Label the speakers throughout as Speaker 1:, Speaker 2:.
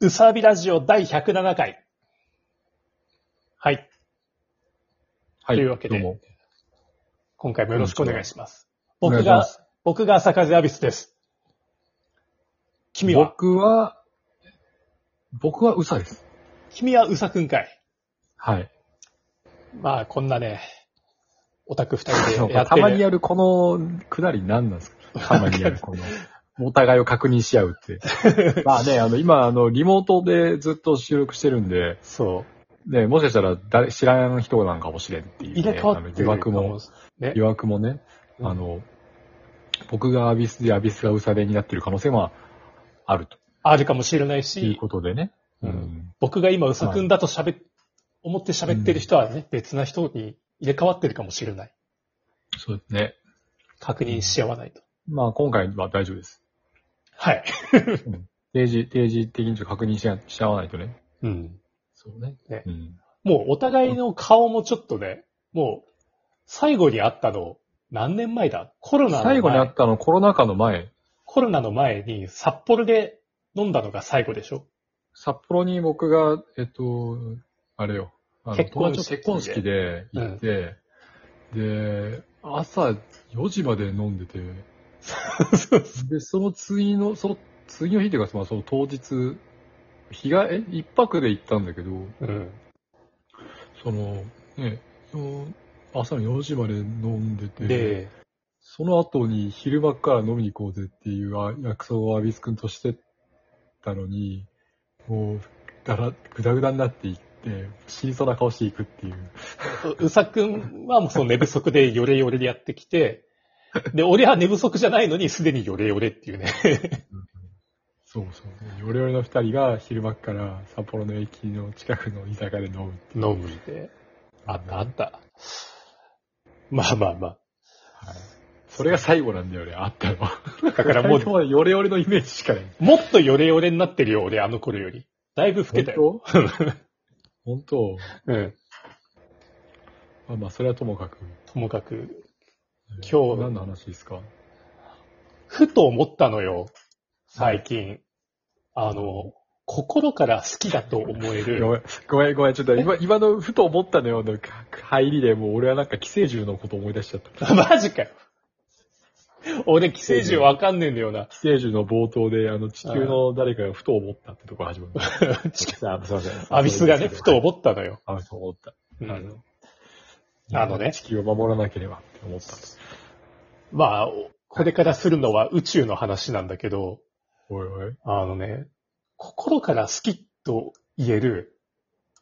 Speaker 1: うさびラジオ第107回。はい。
Speaker 2: はい。
Speaker 1: というわけで
Speaker 2: どうも。
Speaker 1: 今回もよろしくお願いします。
Speaker 2: お願
Speaker 1: 僕
Speaker 2: いしま
Speaker 1: が
Speaker 2: す、
Speaker 1: 僕が朝風アビスです。君は、
Speaker 2: 僕は、僕はウサです。
Speaker 1: 君はうさくんかい。
Speaker 2: はい。
Speaker 1: まあ、こんなね、オタク二人でやって
Speaker 2: た
Speaker 1: る。
Speaker 2: まにやるこのくだり 何なんですかたまにやるこの。お互いを確認し合う って。まあね、あの、今、あの、リモートでずっと収録してるんで、
Speaker 1: そ。
Speaker 2: ね、もしかしたら誰、知らん人なんかもしれんっていうう、ね。
Speaker 1: 入れ替わって
Speaker 2: あ
Speaker 1: る
Speaker 2: の疑惑も、。
Speaker 1: ね
Speaker 2: 疑。惑もね、
Speaker 1: うん
Speaker 2: あの、僕がアビスでアビスがウサでになってる可能性もあると
Speaker 1: あるかもしれない
Speaker 2: いう
Speaker 1: し、
Speaker 2: ことでね。
Speaker 1: うん
Speaker 2: うん
Speaker 1: 僕が今うさくんだと喋っ、思って喋ってる人はね、別な人に入れ替わってるかもしれない。
Speaker 2: そうですね。
Speaker 1: 確認し合わないと。
Speaker 2: まあ今回は大丈夫です。
Speaker 1: はい。
Speaker 2: 定時、定時的にちょっと確認しあし合わないとね。
Speaker 1: うん。
Speaker 2: そうね。
Speaker 1: ね
Speaker 2: うん。
Speaker 1: もうお互いの顔もちょっとね、もう、最後に会ったの、何年前だコロナの前。
Speaker 2: 最後にあったのコロナ禍の前、
Speaker 1: コロナの前に札幌で飲んだのが最後でしょ
Speaker 2: 札幌に僕が、えっと、あれよ、あの
Speaker 1: 結婚式
Speaker 2: 友達の結婚式で行って、で、朝4時まで飲んでて、で、その次の、その次の日というか、まあその当日、日が、え、一泊で行ったんだけど、
Speaker 1: うん。
Speaker 2: その、ね、よ朝の4時まで飲んでて、
Speaker 1: で、
Speaker 2: その後に昼間から飲みに行こうぜっていうあ約束をアビス君としてたのに、もう、だら、ぐだぐだになっていって、死にそうな顔していくっていう。
Speaker 1: うさくんはもうその寝不足でヨレヨレでやってき て、で、俺は寝不足じゃないのにすでにヨレヨレっていうね。
Speaker 2: そうそう。ヨレヨレの二人が昼間から札幌の駅の近くの居酒屋で飲むっていう。
Speaker 1: 飲むんで。あったあった。まあまあま
Speaker 2: はい。それが最後なんだよね、あった の。
Speaker 1: あ。だからも
Speaker 2: も
Speaker 1: う、
Speaker 2: う、ヨレヨレのイメージしかない。
Speaker 1: もっとヨレヨレになってるよ、俺、あの頃より。だいぶ老けたよ。
Speaker 2: 本当 本当
Speaker 1: うん。
Speaker 2: まあまあ、それはともかく。
Speaker 1: ともかく、
Speaker 2: 今
Speaker 1: 今日
Speaker 2: 日何の話ですか
Speaker 1: ふと思ったのよ、最近。あの、心から好きだと思え
Speaker 2: ご
Speaker 1: る。
Speaker 2: めん、ごめん、ごめん、ちょっ と今、今のふと思ったのよ、のか入りで、もう俺はなんか寄生獣のこと思い出しち ゃった。
Speaker 1: マジかよ。俺、寄生獣わかんねえんだよ な。
Speaker 2: 寄生獣の冒頭で、あの、地球の誰かがふと思ったってと こ始まる。 あすいません。
Speaker 1: アビスがね、ふと思ったのよ。
Speaker 2: アビス思った。
Speaker 1: うん
Speaker 2: あの
Speaker 1: あのね
Speaker 2: 地球を守らなければって思ったと。
Speaker 1: まあ、おこれからするのは宇宙の話なんだけど、
Speaker 2: おいおい。
Speaker 1: あのね、心から好きと言える、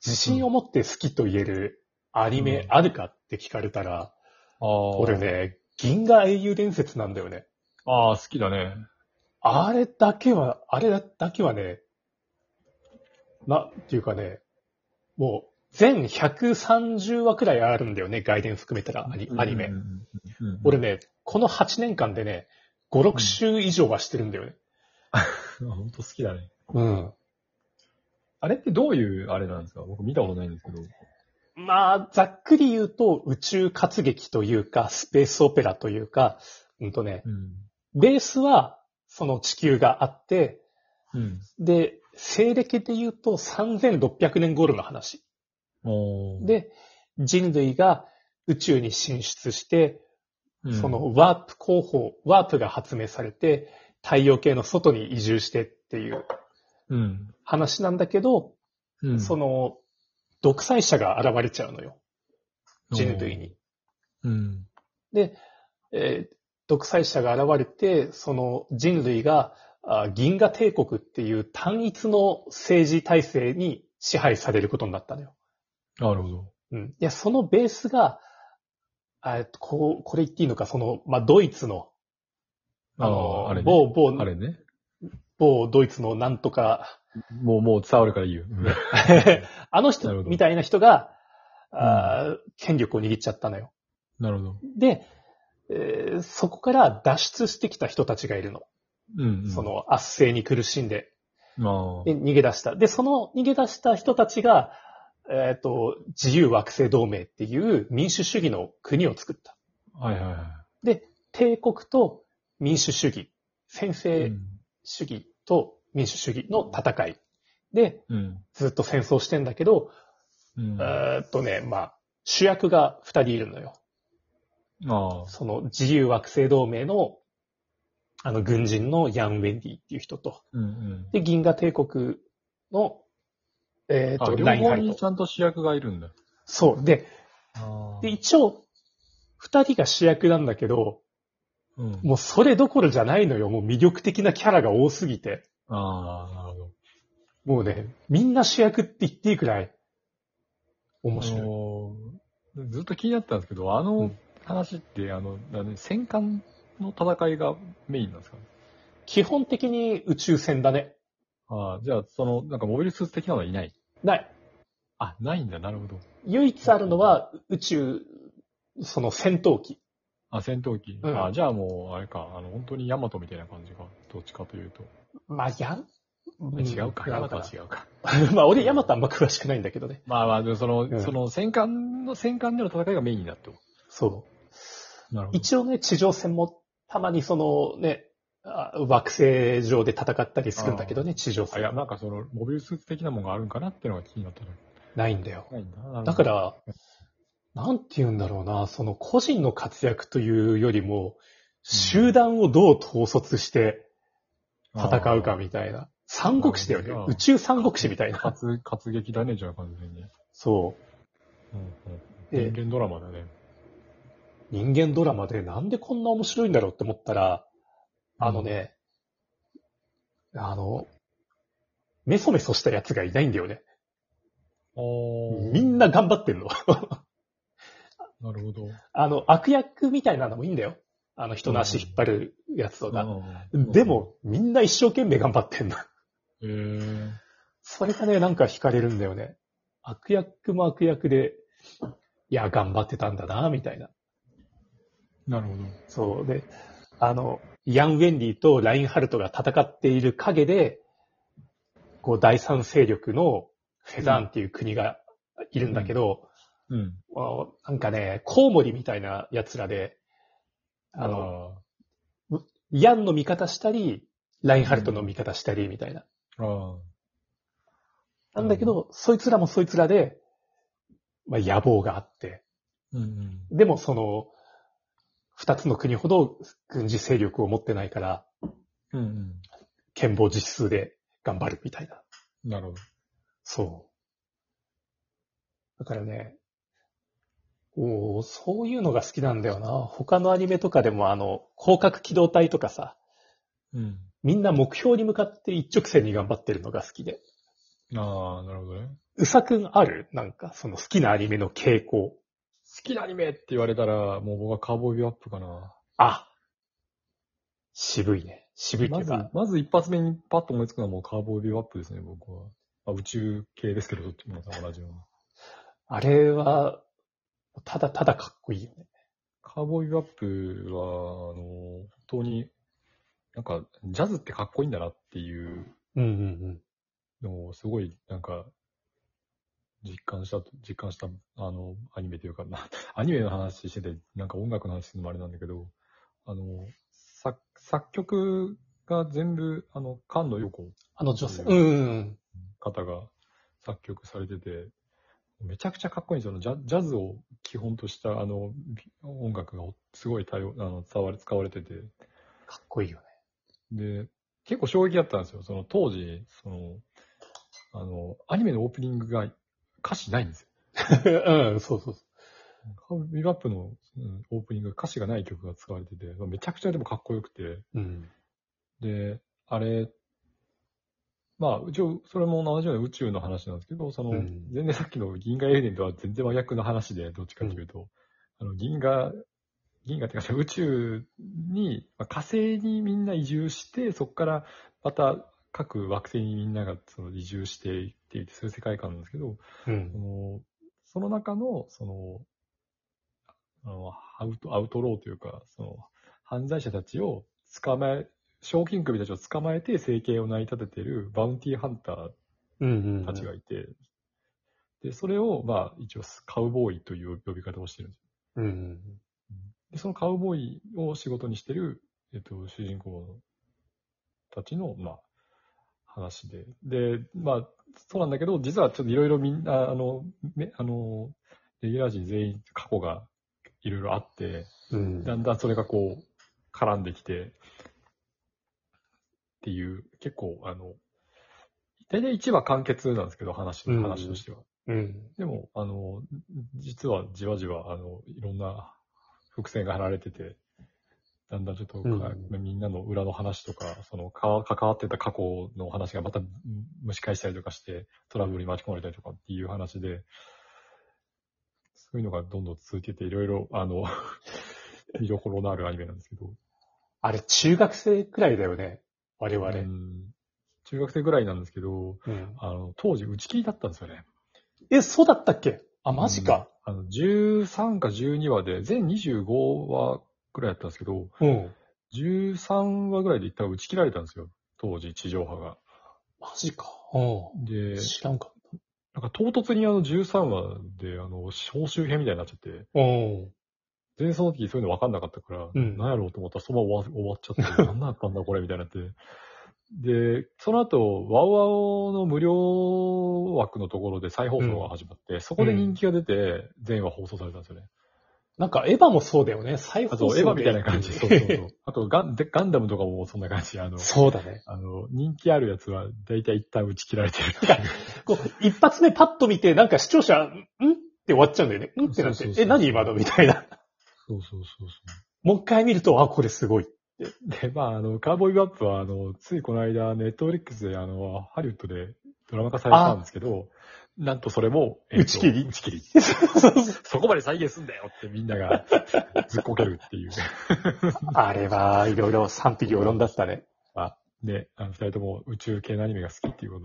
Speaker 1: 自信を持って好きと言えるアニメ
Speaker 2: うん
Speaker 1: あるかって聞かれたら、
Speaker 2: ああ。
Speaker 1: 俺。ね、銀河英雄伝説なんだよね。
Speaker 2: ああ、好きだね。
Speaker 1: あれだけは、あれだけはね、な、っていうかね、もう、全130話くらいあるんだよね、外伝含めたらアニアニメ。
Speaker 2: うんうんうんうん。
Speaker 1: 俺ね、この8年間でね、5、6週以上はしてるんだよね。
Speaker 2: 本当好きだね。
Speaker 1: うん。
Speaker 2: あれってどういうあれなんですか僕見たことないんですけど。
Speaker 1: まあ、ざっくり言うと、宇宙活劇というか、スペースオペラというか、うんとね、
Speaker 2: うん。
Speaker 1: ベースは、その地球があって、
Speaker 2: うん。
Speaker 1: で、西暦で言うと3600年頃の話。
Speaker 2: おー、
Speaker 1: で、人類が宇宙に進出して、
Speaker 2: うん
Speaker 1: そ、のワープ工法、ワープが発明されて、太陽系の外に移住してっていう
Speaker 2: うん。
Speaker 1: 話なんだけど、
Speaker 2: うん
Speaker 1: その、独裁者が現れちゃうのよ。人類に。
Speaker 2: うん。
Speaker 1: で、えー独裁者が現れて、その人類があ銀河帝国っていう単一の政治体制に支配されることになったのよ。
Speaker 2: なるほど。
Speaker 1: うん。いや、そのベースが、あえっとこう、これ言っていいのか、その、まあ、ドイツの、あの、
Speaker 2: あれね。
Speaker 1: 某、某、
Speaker 2: あれね。
Speaker 1: 某ドイツのなんとか、
Speaker 2: もう、もう伝わるから言う。
Speaker 1: あの
Speaker 2: なる
Speaker 1: 人
Speaker 2: ほど
Speaker 1: みたいな人が、あー権力を握っちゃったのよ。
Speaker 2: なるほど。
Speaker 1: で、えーそこから脱出してきた人たちがいるの。
Speaker 2: うん、うん。
Speaker 1: そ、の圧政に苦しんで、
Speaker 2: まあ
Speaker 1: で、逃げ出した。で、その逃げ出した人たちが、えっ、と、自由惑星同盟っていう民主主義の国を作った。、
Speaker 2: はいはいはい。
Speaker 1: 帝国と民主主義、専
Speaker 2: う
Speaker 1: 制
Speaker 2: ん
Speaker 1: 主義と民主主義の戦いで、
Speaker 2: うん。
Speaker 1: ずっと戦争してんだけど、
Speaker 2: うん。
Speaker 1: え
Speaker 2: あ
Speaker 1: ーっとね、まあ、主役が二人いるのよ。
Speaker 2: あ。
Speaker 1: その自由惑星同盟の、あの、軍人のヤン・ウェンディっていう人と、
Speaker 2: うんうん。
Speaker 1: で、銀河帝国の、えーっ
Speaker 2: あ、
Speaker 1: と、
Speaker 2: 両
Speaker 1: ナインハ
Speaker 2: 方
Speaker 1: イ
Speaker 2: に
Speaker 1: ト
Speaker 2: ち。ゃんと主役がいるんだ。
Speaker 1: そう。で、
Speaker 2: ああ。
Speaker 1: で、一応、二人が主役なんだけど、
Speaker 2: うん。
Speaker 1: もうそれどころじゃないのよ。もう魅力的なキャラが多すぎて。
Speaker 2: ああ、なるほど。
Speaker 1: もうね、みんな主役って言っていいくらい、面
Speaker 2: あ
Speaker 1: 白い。
Speaker 2: のーずっと気になってたんですけど、あ
Speaker 1: う
Speaker 2: の
Speaker 1: ん
Speaker 2: 話って、あの、だね戦艦の戦いがメインなんですかね
Speaker 1: 基本的に宇宙船だね。
Speaker 2: ああ、じゃあ、その、なんかモビルスーツ的なのはいない。
Speaker 1: ない。
Speaker 2: あ、ないんだ、なるほど。
Speaker 1: 唯一あるのは宇宙、その戦闘機。
Speaker 2: あ、戦闘機。
Speaker 1: うん
Speaker 2: あじゃあもう、あれか、あの、本当にヤマトみたいな感じか。どっちかというと。
Speaker 1: まあ、やん
Speaker 2: 違うか、ヤマト
Speaker 1: か
Speaker 2: は違うか。
Speaker 1: なまあ、俺、ヤマトあんま詳しくないんだけどね。
Speaker 2: まあまあ、でもその、
Speaker 1: うん
Speaker 2: その戦艦の、戦艦での戦いがメインになっても。
Speaker 1: そう。
Speaker 2: なるほど。
Speaker 1: 一応ね、地上戦もたまにそのね、あ惑星上で戦ったりするんだけどね、地上
Speaker 2: あ、いや、
Speaker 1: 戦。
Speaker 2: なんかその、モビルスーツ的なものがあるんかなってのが気になったの。
Speaker 1: ないんだよ。
Speaker 2: ないんだ。なるほど
Speaker 1: だか、ら、なんて言うんだろうな、その個人の活躍というよりも、集団をどう統率して戦うかみたいな。三国志だよね
Speaker 2: なる。ほど
Speaker 1: 宇宙三国志みたいな。
Speaker 2: 活、活劇だね、じゃあ完全に。
Speaker 1: そ
Speaker 2: うん
Speaker 1: う。
Speaker 2: うん。
Speaker 1: で、
Speaker 2: 人間ドラマだね。
Speaker 1: 人間ドラマでなんでこんな面白いんだろうって思ったら、あのね、あの、メソメソしたやつがいないんだよね。
Speaker 2: おー。
Speaker 1: みんな頑張ってんの。
Speaker 2: なるほど。
Speaker 1: あの、悪役みたいなのもいいんだよ。あの、人の足引っ張るやつとか。
Speaker 2: うん
Speaker 1: で、も、みんな一生懸命頑張ってんの。
Speaker 2: えー、
Speaker 1: それがね、なんか惹かれるんだよね。悪役も悪役で、いや、頑張ってたんだな、みたいな。
Speaker 2: なるほど。
Speaker 1: そう。で、あの、ヤン・ウェンディとラインハルトが戦っている陰で、こう、第三勢力のフェザーンっていう国がいるんだけど、
Speaker 2: うん。
Speaker 1: あなんかね、コウモリみたいな奴らで、あの、
Speaker 2: の、
Speaker 1: ヤンの味方したり、ラインハルトの味方したり、みたいな。
Speaker 2: あー
Speaker 1: なんだけど、そいつらもそいつらで、まあ、野望があって、
Speaker 2: うんうん。
Speaker 1: でもその、二つの国ほど軍事勢力を持ってないから、
Speaker 2: うんうん。
Speaker 1: 剣謀実数で頑張るみたいな。
Speaker 2: なるほど。
Speaker 1: そう。だからね、おーそういうのが好きなんだよな。他のアニメとかでもあの、広角機動隊とかさ、
Speaker 2: うん。
Speaker 1: みんな目標に向かって一直線に頑張ってるのが好きで。
Speaker 2: ああ、なるほどね。
Speaker 1: うさくんあるなんか、その好きなアニメの傾向。
Speaker 2: 好きなアニメって言われたら、もう僕はカーボーイビューアップかな。
Speaker 1: あ渋いね。渋いってい
Speaker 2: ま
Speaker 1: う
Speaker 2: ず
Speaker 1: か、、
Speaker 2: まず一発目にパッと思いつくのはもうカーボーイビューアップですね、僕は。あ、宇宙系ですけど、どっちも同じような。
Speaker 1: あれは、ただただかっこいいよね。
Speaker 2: カーボーイビューアップは、あの、本当に、なんか、ジャズってかっこいいんだなっていう
Speaker 1: うんうん
Speaker 2: のを、すごい、なんか、実感した、実感した、あの、アニメというか、な アニメの話してて、なんか音楽の話するのもあれなんだけど、あの、作、作曲が全部、あの、菅野陽子
Speaker 1: あの女性。
Speaker 2: うん
Speaker 1: ん。
Speaker 2: 方が作曲されてて、めちゃくちゃかっこいいんですよ。あのジャジャズを基本とした、あの、音楽がすごい多様あの使われ、使われてて、
Speaker 1: かっこいいよね。
Speaker 2: で、結構衝撃だったんですよ。その当時、その、あの、アニメのオープニングが歌詞ないんですよ。
Speaker 1: うん、そうそうそ
Speaker 2: カウビバップの、うんオープニングが歌詞がない曲が使われてて、めちゃくちゃでもかっこよくて、
Speaker 1: う。うん。
Speaker 2: で、あれ、まあ、一応、それも同じような宇宙の話なんですけど、その、
Speaker 1: うん
Speaker 2: 全然さっきの銀河エレデンとは全然真逆の話で、どっちかというと、あの、銀河、銀河っていうか、宇宙に、まあ、火星にみんな移住して、そこからまた各惑星にみんながその移住していっていって、そういう世界観なんですけど、
Speaker 1: う
Speaker 2: そ
Speaker 1: ん。
Speaker 2: の、その中の、その、あのアウト、アウトローというか、その、犯罪者たちを捕まえ、賞金首たちを捕まえて生計を成り立てているバウンティーハンター
Speaker 1: うん
Speaker 2: たちがいて、で、それを、まあ、一応、カウボーイという呼び方をしてるんです
Speaker 1: うん。
Speaker 2: で、そのカウボーイを仕事にしてる、えっと、主人公たちの、まあ、話で。で、まあ、そうなんだけど、実はちょっといろいろみんな、あの、めあの、レギュラー陣全員過去がいろいろあって、
Speaker 1: うん。
Speaker 2: だんだんそれがこう、絡んできて、っていう、結構、あの、大体1話完結なんですけど、話
Speaker 1: う
Speaker 2: の、
Speaker 1: ん
Speaker 2: 話としては。
Speaker 1: うん。
Speaker 2: でも、あの、実はじわじわ、あの、いろんな伏線が張られてて、だんだんちょっと、
Speaker 1: うん
Speaker 2: かみんなの裏の話とか、そのか、関わってた過去の話がまたうん蒸し返したりとかして、トラブルに巻き込まれたりとかっていう話で、そういうのがどんどん続いてて、いろいろ、あの、 見どころのあるアニメなんですけど、
Speaker 1: あれ、中学生くらいだよね。我々。
Speaker 2: うん中学生ぐらいなんですけど、
Speaker 1: うん
Speaker 2: あの、当時打ち切りだったんですよね。
Speaker 1: え、そうだったっけあ、マジか。
Speaker 2: うん。あの、13か12話で、全25話ぐらいだったんですけど、
Speaker 1: うん。
Speaker 2: 13話ぐらいで一旦打ち切られたんですよ。当時、地上波が。
Speaker 1: マジか。う
Speaker 2: で
Speaker 1: ん。、知らんかっ
Speaker 2: なんか唐突にあの13話で、あの、召集編みたいになっちゃって、
Speaker 1: た。うん。
Speaker 2: 全然その時そういうの分かんなかったから、
Speaker 1: うん
Speaker 2: なんやろうと思ったらそのまま終わ終わっちゃって、 なんだったんだこれみたいになって。で、その後、ワオワオの無料枠のところで再放送が始まって、そこで人気が出て、全話放送されたんですよね。
Speaker 1: なんか、エヴァもそうだよね。再
Speaker 2: あ
Speaker 1: 放送
Speaker 2: と、
Speaker 1: で
Speaker 2: エヴァみたいな感じ。そうそうそう。 あとガン、でガンダムとかもそんな感じ。あの、
Speaker 1: そうだね。
Speaker 2: あの人気あるやつは、だいたい一旦打ち切られてるって
Speaker 1: こう、一発目パッと見て、なんか視聴者、んって終わっちゃうんだよね。んってなって
Speaker 2: そうそう、そう
Speaker 1: え、何今のみたいな。
Speaker 2: そうそうそう
Speaker 1: もう一回見ると、あ、これすごい。
Speaker 2: そう。で、まあ、あの、カーボーイバップは、あの、ついこの間、ネットフリックスで、あの、ハリウッドでドラマ化されたんですけど、なんとそれも、え
Speaker 1: 打
Speaker 2: っと
Speaker 1: ち切り
Speaker 2: 打ち 切り。
Speaker 1: そうそうそう
Speaker 2: そこまで再現すんだよってみんなが、ずっこけるっていう。
Speaker 1: あれは、いろいろ賛否両論だったね。
Speaker 2: で、あの、二人とも宇宙系のアニメが好きっていうことで